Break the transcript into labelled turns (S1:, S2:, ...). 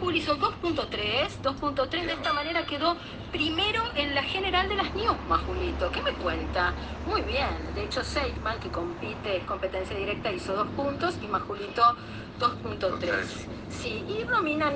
S1: Juli, hizo 2.3, 2.3, de esta manera quedó primero en la general de las Newsmas, Julito. ¿Qué me cuenta? Muy bien, de hecho Seidman, que compite, es competencia directa, hizo 2 puntos y Majulito 2.3. Sí, y dominan